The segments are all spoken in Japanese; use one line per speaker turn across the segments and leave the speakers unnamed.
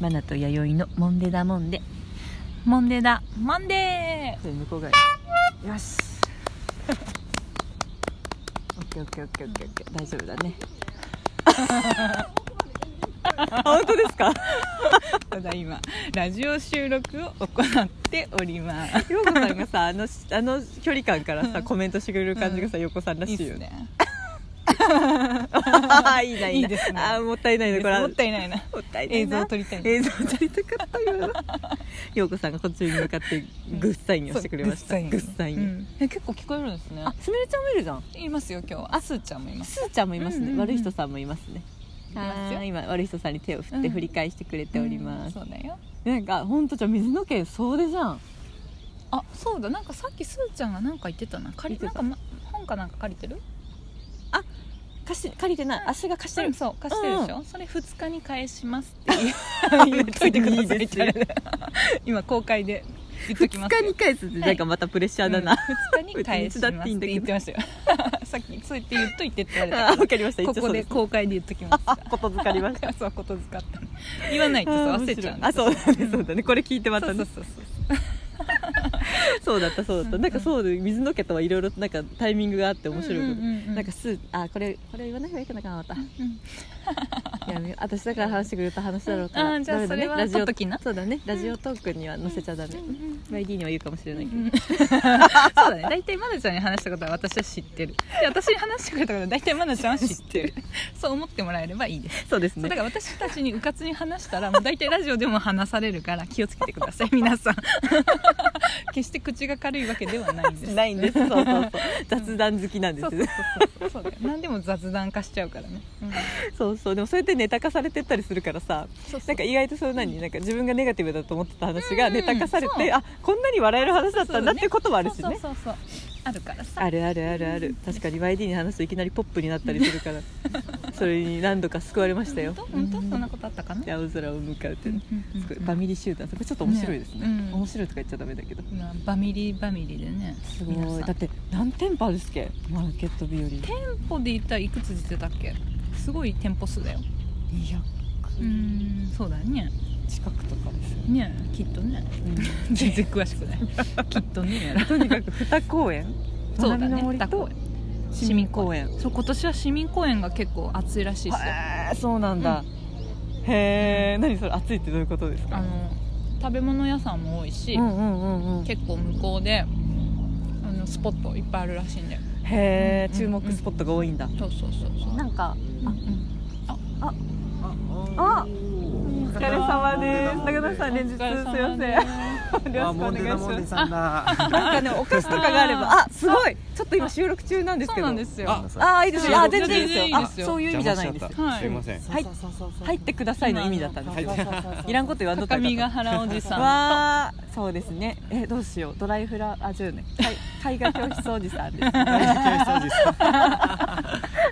マナと弥生のモンデダモンデ
モンデだマンデ
それ向こうがよしオッケーオッケーオッケーオッケーオッケー大丈夫だねあ本当ですか
ーただ今ラジオ収録を行っております
陽子さんがさあのあの距離感からさコメントしてくれる感じがさ陽子さんらしい
い
よ
っす
ね
ね
あ いいない
いいですね
あーもったいないねこれ
もったいないな
もったいない
映
な
像を撮りたい
映像撮りたかった よ陽子さんがこっちに向かってグッサインをしてくれました
そう
グッサイン、
うんえ結構聞こえるんですね
あすみれちゃんもいるじゃん
いますよ今日あすーちゃんもいます
すーちゃんもいますね、
うんうんうん
悪い人さんもいますね
いますよ
あー今悪い人さんに手を振って
うん
振り返してくれております、
うんそうだよ
なんかほんとじゃあ水野家総出じゃん
あそうだなんかさっきすーちゃんがなんか言ってたな借り
言
な
っ
ん
てた
か、ま、本かなんか借りてる
貸し借りてない足が貸して
う
る
んそう貸してるでしょ、それ2日に返しますって言う言っといてくださいって 言われた今公開で言っときます
2日に返すってなんかまたプレッシャーだな、
2日に返しますって言ってましたよ さっきそう言って言っといてって言われ
あ
たか
ー わかりました
ら
一応
ここ
そう
で す公開で言っときました
ことづかりました
そうことづかった言わないとさ忘れちゃうん
あ
ですよ
そうだねそうだねこれ聞いてまた
そう
ね
そうそうそう
そうだったそうだっ
うん
た
うん
なんかそうで水の家とはいろいろなんかタイミングがあって面白いこと
うんうんうんうん
なんかすあこれこれ言わない方がいいかなまた
うん
いやめ私だから話してくれた話だろうか
あ
ら
ーじゃあ
ダメだね
それは
ラジオ
取っときな
そうだねラジオトークには載せちゃダメバイディーには言うかもしれないけど
うんそうだね大体まなちゃんに話したことは私は知ってるで私に話してくれたことは大体まなちゃんは知って るそう思ってもらえればいいです、
そうです
そうだか
ね
ら私たちにうかつに話したらもう大体ラジオでも話されるから気をつけてください皆 さん決して口が軽いわけではないんです
ないんですそうそうそう雑談好きなんで
そう
す
そうそうそうそうだよ何でも雑談化しちゃうからね、うん
そうそうでもそうやってネタ化されてったりするからさ
そうそう
なんか意外とそう何なんか自分がネガティブだと思ってた話が
うんう
ネ
ん
タ化され
そう
てあこんなに笑える話だったんだってこともあるし
そう
ね
そうそうそうあるからさ
あるあるあるある確かに YD に話すといきなりポップになったりするから それに何度か救われましたよ
本当本当
う
そんなことあったかな
で青空を向かうってね
うんうんうん
すごいバミリ集団それちょっと面白いですね
ねうん
面白いとか言っちゃダメだけど
まあバミリバミリでね
す
皆さ
ごい
ん
だって何店舗あるっすっけマーケット日和
店舗で言ったらいくつ出てたっけすごい店舗数だようー
200
んそうだね
近くとかですよね
ねきっとね全然詳しくないきっとね
とにかく二公園
そうだ
学びの
ね
森
二公
と
園
市民公園
そう今年は市民公園が結構暑いらしいですよ
へえそうなんだ、へえ何それ暑いってどういうことです
あ
か
の食べ物屋さんも多いし、
うんうんうんうんへ
結構向こうであのスポットいっぱいあるらしいんだよ
え
うん
注目スポットが多いんだ、
そうそうそうそう
なんか
うん
あお疲れ様です中田さん連日すいません
お疲れ
よ
様です
ろ
あ、
しくお
モンデ
願いし
ダモン
ま
デ
す
さんだ。
なんかねお菓子とかがあればあすごいちょっと今収録中なんです
そ
け
う
ど
なんですよ
あ
あーいいですよあ全然いいです
全然い
よ
い
あ
ですよ
そういう意味じゃないんですよ
はい
すいません。
はい入ってくださいの意味だったんですよいらんこと言わんとったらよ
上
か
ヶ
っ
原おじ
た
さん
わあそうですねえどうしようドライフラあ10年はい絵 画教室おじさんです
大学教室おじさん大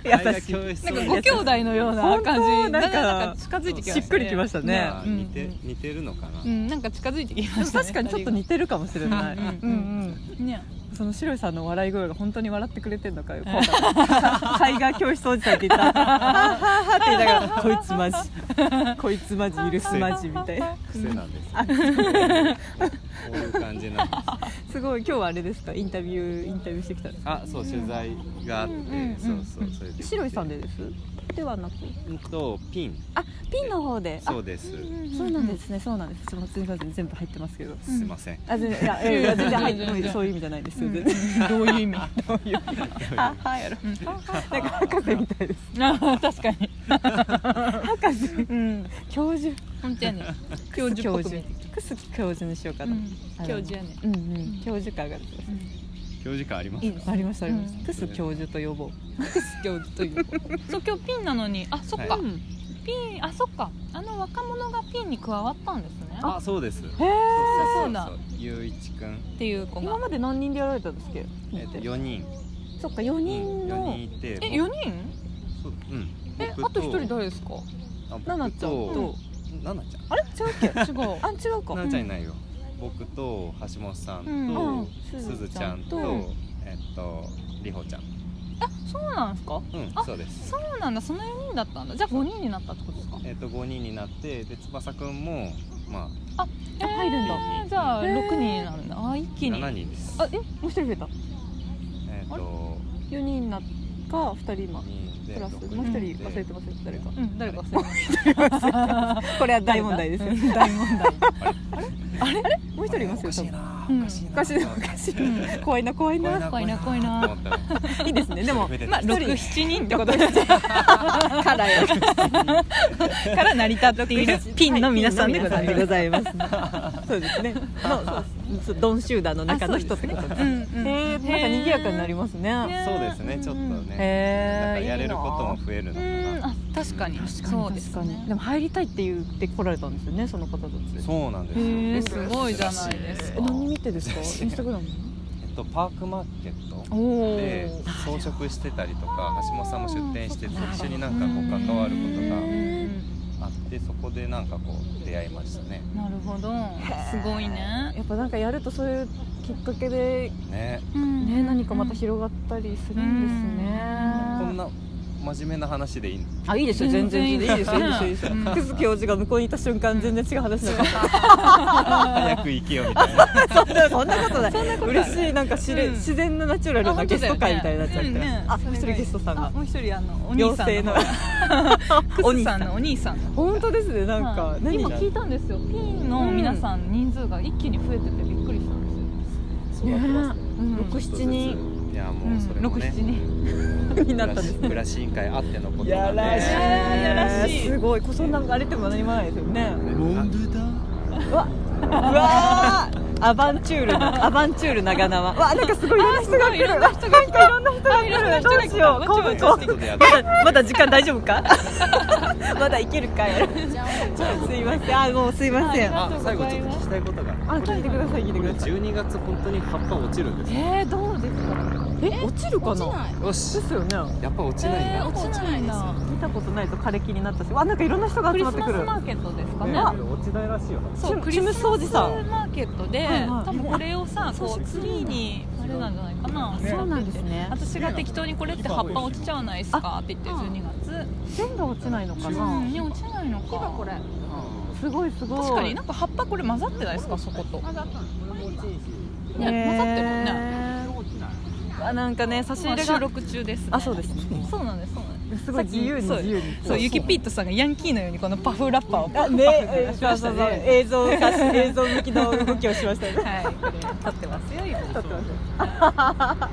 優
学
しい
教
な
室お
んか
じさん
ご兄弟のような感
本当
じ
なんか
なんか近づいてきましたね
しっくりきましたね
まあ似て似てるのかな
う。ん、なんか近づいてきましたね
確かにちょっと似てるかもしれない、う
うんん
う
うんんね
その白井さんの笑い声が本当に笑ってくれてんのかよ今回絵画教室おじさんって言ったら「はあはあはあ」って言いながら「こいつマジこいつマジ許すマジ」みたいな
癖なんですよ。こういう感じなんです。
すごい今日はあれですかインタビューインタビューしてきたんですか
あ、そう取材があって
うんうんうん、
そうそうそれで。
白井さんで。ですではなく
うんとピン。
あピンの方であ
そうです。
そうなんですねそうなんですすいません全部入ってますけど
すいません。
あ全然いやいやいや全然入っ
全然全
て
然
そういう意味じゃないです
う
よ
ん
全然
どういう意味
どういう意味あはあやろ
う
な
ん
んか博士みたいです
あ 確かに
博士
うん
教授
本当やね教授っぽく見えてき
楠木教授にしようか
た
な、
うん教授やね
うんうん教授会があります
教授会あります
い。いです
ありましたありまし
う
た
ん
楠、教授と呼ぼう
教授というそう今日ピンなのにあそっか
は
うん
ピンあそっかあの若者がピンに加わったんですね
あ、そうです。
へえ
そうだ。
ゆういちくん。
っていう子
今
が
まで何人でやられたんですっけ
えっと四人。
そっか4
うん
人
四
の
人いて。
え四人
そううん。
えあと一人誰ですか
奈
な
々
な
ちゃんと、
ななちゃん。
あれ違うっ け
違う
あ違うか
ななちゃんいないよ。僕と橋本さん
うん
うん
とすずちゃんと
すずちゃんと
えっとりほちゃん。
あそうなんですか
うん
あ
そうです
そうなんだその4人だったんだじゃあ5人になったってことですか
えっ、と5人になってで翼くんもま
あ入るんだ
えーじゃあ
へー
6人になるんだあ一
あ
気に
7人です
あえもう一人増えた
えっ、
あれ
と
4人になった2人今
2で
プラスもう
6
一人
で
忘れてますよ誰か
うん誰か忘れ
これは大問題ですよ
よ大問題
もう一人います
お
よ
か
多
しい
分
な
うん
おかしいな
おかしいなおかしいな怖いな怖いな
怖いな怖いな
と思ったら
いいですね でも
増えて
ま
た
一
あ
人
67人って
こ
ことと
から や
から成り立っているピンの皆さんでございます
ざいますそうですねのそうドン集団の中の人ってことです
うんうん
えー、なんか賑やかになりますね。
そうですねちょっとねなん
へ
か
ー
やれることも増えるの
う
かな
ーんあ確かにそうですね
でも入りたいって言って来られたんですよね、その方たち。
そうなんですよ
へー
すごいじゃないですか
え何見てですか？インスタグラム？
えっと、パークマーケット
おお
で装飾してたりとか橋本さんも出店してて一緒になんかこう関わるこ
と
とがあってそこでなんかこう出会いましたね
がなるほどすごいね
やっぱなんかやるとそういうきっかけで
ね
ね、何かまた
うん
広がったりするんですね。
こんな真面目な話でいいん
あいいですよ全然いいですよいいですよいいですよ。
うん
クズ教授が向こうにいた瞬間全然違う話だから。
早く行けよみ たいな
そんなそんなことない。
ことない
嬉しいなんか知れ、
うん
自然なナチュラルなゲスト会みたいになっちゃって。
うんね
あもう一人ゲストさん
あ
が
もう一人あのお兄さ
妖精
ん
のお
の。クス
兄
さ
さ
ん
ん。
のお兄さんの
本当ですねなんか、
はい
何
今
が
聞いたんですよピンの皆さん人数が一気に増えててびっくりしたんですよ
そうなってますね
うん
六
ち
七
ょっとずつ
人
いやもうそれもね
うん67人
になったんですね。
暮らし委員会あってのこと
や
なんで
らしい、
ねやらしい
すごい、こそんなんかあれっても何もないですよね。
なん でだ
うわー、アバンチュールな、アバンチュール長縄。わ、なんかすごいいろんな人が来る。なんかいろんな人が来る。どうしよう、
わちゃ
こ
わ
う
ちゃ
こ
して
う
る人
まだまだ時間大丈夫 か？まだいけるかやる。すいません、あ、もうすいません。あ、
あ最後ちょっと聞きたいことが
聞いてください、聞いて
こ
く
れ
ださい。
12月本当に葉っぱ落ちるんです
えー、どうですか
え、落ちるかな？
よよし
ですよね。
やっぱ落ちないん
えー
だ
落ちないんだ
見たことないと枯れ木になったし、わ、なんかいろんな人が
ク
集
リ
まっ
ス
て
マ
く
ス
る。
マーケットですかね
あ
ね落ちないらしいよな
そうク
チ
リ
ム
ス
チム
マ
掃除
ス
さ
マ
ん
ーケットで
はいはい
多分これを さこうツリーにあれなんじゃないかな
ね
そうなんですね。
私が適当にこれって葉っぱ落ちちゃわないですかって言って12月
全部落ちないのか
う
な？
んいや落ちないのかこれ
すごいすごい。
確かになんか葉っぱこれ混ざってないですかそことね混ざってる
ね
ね
あなんかね差し
今
入れ
収
が
録中ですね
あそうですね
そうなんですそうなんです
すごい自由に
さっき
自由に
そうゆきピットさんがヤンキーのようにこのパフラッパーをパ
あ
フ
ね
パフ出し
そう
まし
そ
た
うそう
ね
映像化し映像向きの動きをしましたね
はいこれ撮ってますよ今
撮ってます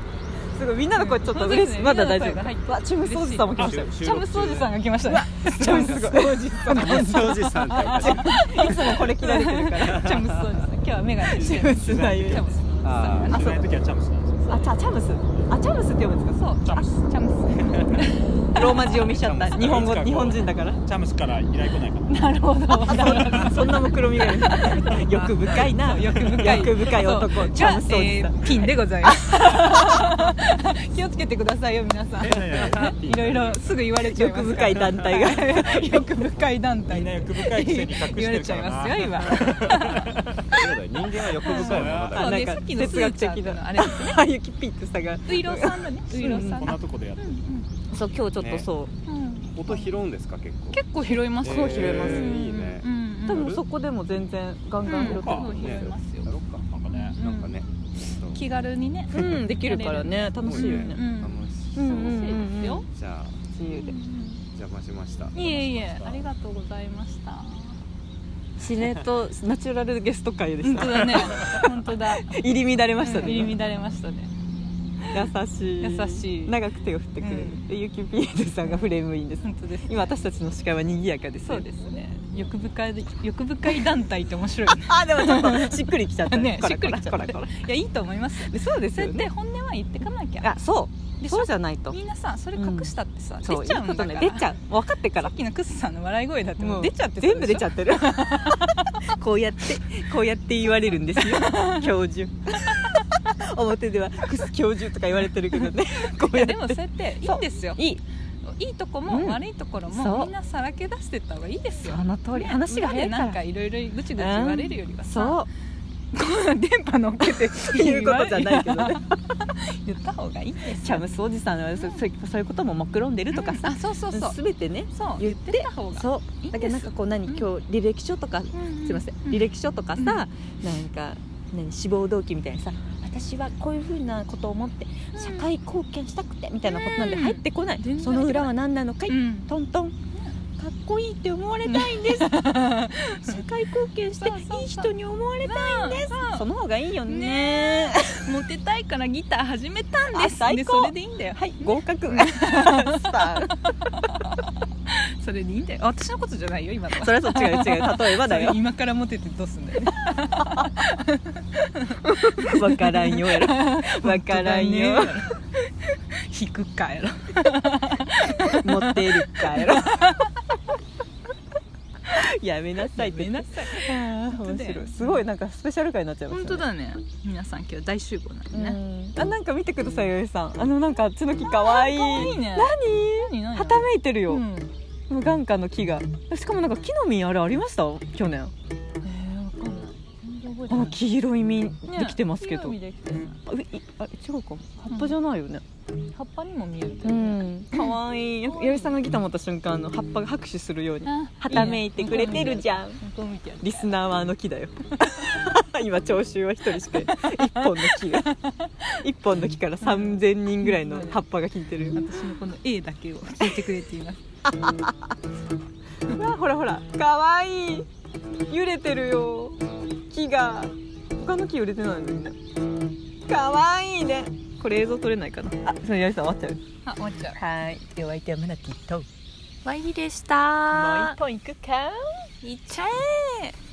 すごいみんなの声ちょっと
そうで
嬉
す
し
ね
いまだ大丈
みんなの声が入って
夫わチム掃除さんも来ましたよ
チャムスおじさんが来ましたね
チム掃除さんも
おじさんって言って
いつもこれ着られてるから
チャムスおじさん今日はメガネし
チ
て
ムスなゆ
チャムスおじさん
あ
あそう
時はチャムスなんですよ
あチャチャムスあチャムスって読むんです
そうチャムスチャム
かローマ字読みしちゃった日本語
いつかこう
日本人だから
チャムスから依頼来ないかな
スなるほど
そんなもくろみがある 欲深いな欲深い欲深い
そう
男チャムスおじ
え
さん
ーピンでございます 気をつけてくださいよ皆さんいろいろすぐ言われちゃいます
欲深い団体が
が欲深い団体
みんな欲深いくせに隠してるからな
言われちゃいますよ今
そうだよ人間は欲深いものだ
そ
か
な
うね
んか
さっきのスーちゃんっていうのはあれですね
あゆきピットさんが
ういろうさんだねういろうさん
こんなとこでやってる
そう今日ちょっとそう、
うん
ら音拾うんですか結構
結構拾います
結構拾います
うん
いいね
うんうん
多分そこでも全然ガンガン拾って
構
る
拾いますよ
やろうか
なんかね
なんかねそう
気軽にね
うん、できるからね楽しいよね、
うん
楽しそううん
うん
楽しいですよ
じゃあ
自由で
邪魔しました
いえいえありがとうございました
司令とナチュラルゲスト会で
本
した
当 だね本当だ
入り乱れましたね、
入り乱れましたね
優しい
優しい
長く手を振ってくれる、
うん
でゆきピートさんがフレームインです
本当です
今私たちの視界は賑やかです
そうですね欲深い欲深い団体って面白いよね
あでもちょっとしっくりきちゃった
ね
こ
し
ら
っくりきちゃ
こ
っ
ら
た
こらこ
いやいいと思いますよ
らそうです
そう
よ
やって
ね
本音は言ってかなきゃ
あそ
で
う
しょ
そうじゃないと
みんなさそれ隠したってさ
そう
出ちゃうんだから
いいことね出ちゃう分かってか
さ
ら
っきのクスさんの笑い声だってもう出ちゃって
全部出ちゃ
っ
ってる こうやってこうやって言われるんです よ教授表ではクス教授とか言われてるけど ねこう
い
や
や
って
でもそうやっていいんですよ
いい
いいとこ
うん
も悪いところ
そう
もみんなさらけ出してった方がいいですよ
その通り
ね
話が早い
裏
から
でなんかいろいろぐちぐち言われるよりは
そ
さ
う
こんな電波のっけて
いうことじゃないけどね
言った方がいいです
チャムスおじさんはそ そうそういうことも目論んでるとかさ
あ、そうそうそう
すべてね
そう
言
言
っ
っててた方が
そ
いいんです
うだけどなんかこう何
うん
今日履歴書とか
んうん
すいません
うん
履歴書とかさ
うん
なんか何志望動機みたいにさ私はこういうふうなことを思って
うん
社会貢献したくてみたいなことなんて
うん
入ってこない
全然入って
そ
こない
の裏は何なのかい
うん
トントンかっこいいって思われたいんです社会貢献して
そうそうそう
いい人に思われたいんです
うん
その方がいいよね
ねえモテたいからギター始めたん
あ
です
最
で
高
それでいいんだよ
はい合格 スター
それでいいんだよ私のことじゃないよ今のは
それはそう違う違う例えばだよ
それ今からモテてどうすんだよ
わからんよやろわからんよ
本当だね引くかやろ
持ってるかやろやめなさいって
やめなさい
あー
本当
面
だよ
白いすごいなんかスペシャル回になっちゃいました
本当
ね
だね皆さん今日大集合なんでね
ねあなんか見てくださいよいさんあのなんかあっちの木かわいい
可愛いね何
何
何
はためいてるよ、
うん
無眼下の木がしかもなんか木の実あれありました去年
えーわかんない全然覚え
あ
てな
の
い
黄色い実できてますけど、
ね木の実できてる
あういあ違うか葉っぱじゃないよね
葉っぱにも見えるけ
う
どね
んかわいいやよいさんがギター持った瞬間あの葉っぱが拍手するように
あ
はためいてくれてるじ
ゃん
ゃん
本当見てやる
リスナーはあの木だよ 今聴衆は一人しかいない一本の木が一本の木から3000人ぐらいの葉っぱが効いてるよ
私のこの A だけを聞いてくれています
うわほらほらかわいい揺れてるよ木が他の木揺れてないのみんなかわいいねこれ映像撮れないかなあそれやりさん終わっちゃう
あ終わっちゃう
はいでは相手はムナティともう
ワイリでした
一本いくか
いっちゃえ